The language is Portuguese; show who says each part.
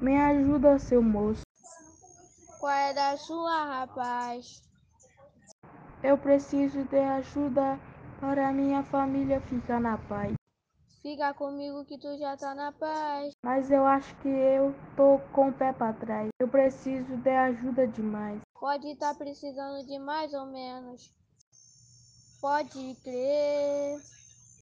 Speaker 1: Me ajuda, seu moço.
Speaker 2: Qual é da sua, rapaz?
Speaker 1: Eu preciso de ajuda para minha família ficar na paz.
Speaker 2: Fica comigo que tu já tá na paz.
Speaker 1: Mas eu acho que eu tô com o pé para trás. Eu preciso de ajuda demais.
Speaker 2: Pode tá estar precisando de mais ou menos. Pode crer.